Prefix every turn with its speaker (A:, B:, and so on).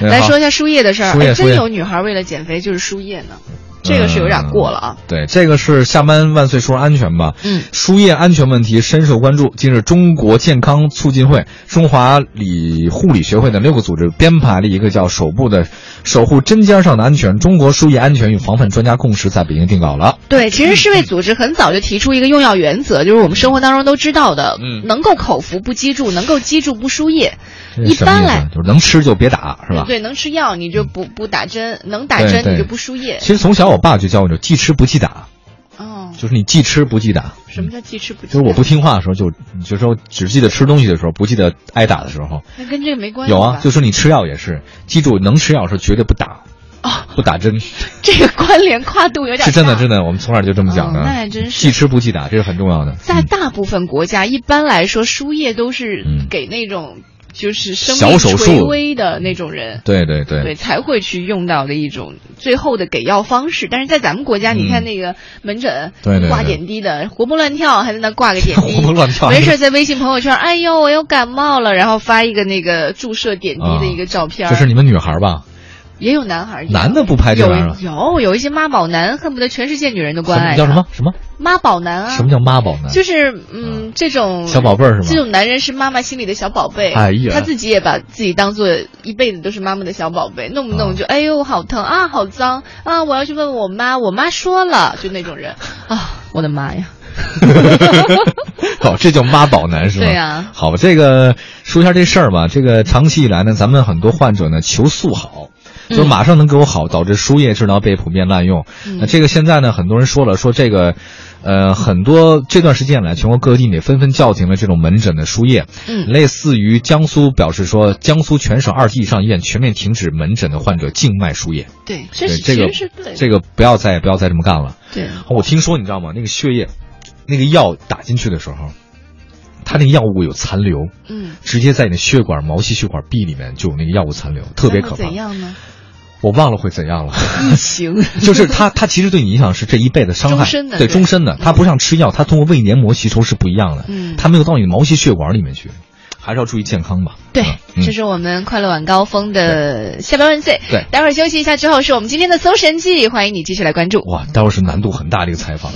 A: 嗯
B: 来说一下输液的事儿，
A: 输液
B: 哎，
A: 输
B: 真
A: 液
B: 有女孩为了减肥就是输液呢，这个是有点过了啊。
A: 嗯对，这个是下班万岁说安全吧。
B: 嗯
A: 输液安全问题深受关注。近日，中国健康促进会、中华理护理学会等六个组织编排了一个叫“首部”的“守护针尖上的安全”中国输液安全与防范专家共识，在北京定稿了。
B: 对，其实世卫组织很早就提出一个用药原则，就是我们生活当中都知道的，
A: 嗯
B: 能够口服不激注，能够激注不输液。
A: 这
B: 一
A: 是什么
B: 般
A: 意
B: 来
A: 思？就是能吃就别打，是吧？嗯
B: 对，能吃药你就不不打针，能打
A: 对
B: 针
A: 对
B: 你就不输液
A: 其。实从小我爸就教我，就记吃不记打，
B: 哦，
A: 就是你记吃不记打。
B: 什么叫记吃不记？
A: 就是我不，听话的时候就，就时候只记得吃东西的时候，不记得挨打的时候。
B: 那跟这个没关系
A: 有
B: 吧。
A: 啊，就是你吃药也是，记住能吃药的时候绝对不打，
B: 哦，
A: 不打针，
B: 这个关联跨度有点
A: 是真的
B: 大
A: 真的，我们从小就这么讲的。
B: 哦那还真是
A: 记吃不记打，这是很重要的。
B: 在
A: 嗯
B: 大部分国家，一般来说，输液都是
A: 嗯
B: 给那种就是生
A: 小
B: 命
A: 手术
B: 垂危的那种人，
A: 对对对，
B: 对才会去用到的一种最后的给药方式。但是在咱们国家，
A: 嗯
B: 你看那个门诊
A: 对对对
B: 挂点滴的，活蹦乱跳，还在那挂个点滴，
A: 活蹦乱跳啊
B: 没事，在微信朋友圈，哎呦，我又感冒了，然后发一个那个注射点滴的一个照片儿，
A: 这啊是你们女孩吧？
B: 也有男孩儿，
A: 男的不拍这
B: 有
A: 玩意儿啊，
B: 有有一些妈宝男，恨不得全世界女人都关
A: 什么
B: 爱。
A: 叫什么？什么？
B: 妈宝男啊？
A: 什么叫妈宝男？
B: 就是嗯，这种
A: 小宝贝儿是吗
B: 这种男人是妈妈心里的小宝贝，
A: 哎呀
B: 他自己也把自己当做一辈子都是妈妈的小宝贝，弄不弄
A: 嗯
B: 就、哎呦好疼啊，好脏啊，我要去问我妈，我妈说了，就那 种人啊，我的妈呀！
A: 哦，这叫妈宝男是吗？
B: 对啊呀
A: 好吧，这个说一下这事儿吧。这个长期以来呢，咱们很多患者呢求速好，就是
B: 嗯
A: 马上能给我好，导致输液治疗被普遍滥用。
B: 嗯
A: 那这个现在呢，很多人说了，说这个，呃，很多这段时间来，全国各地也纷纷叫停了这种门诊的输液。
B: 嗯
A: 类似于江苏表示说，江苏全省二级以上医院全面停止门诊的患者静脉输液。
B: 对，这
A: 对
B: 是
A: 这个
B: 其实是对的，
A: 这个不要再不要再这么干了。
B: 对，
A: 我听说你知道吗？那个血液，那个药打进去的时候，它那个药物有残留，
B: 嗯，
A: 直接在你的血管、毛细血管壁里面就有那个药物残留，特别
B: 那
A: 可
B: 会
A: 怕
B: 怎。样 呢？
A: 我忘了会怎样 了。
B: 疫情
A: 就是它，它其实对你影响是这一辈子伤害，
B: 终身的
A: 对
B: 对
A: 终身的。它不像吃药，它通过胃黏膜吸收是不一样的，
B: 嗯
A: 它没有到你的毛细血管里面去，还是要注意健康吧。
B: 对，
A: 嗯
B: 这是我们快乐晚高峰的下班万岁。
A: 对
B: 待会儿休息一下之后，是我们今天的搜神记，欢迎你继续来关注。
A: 哇，待会儿是难度很大的一个采访。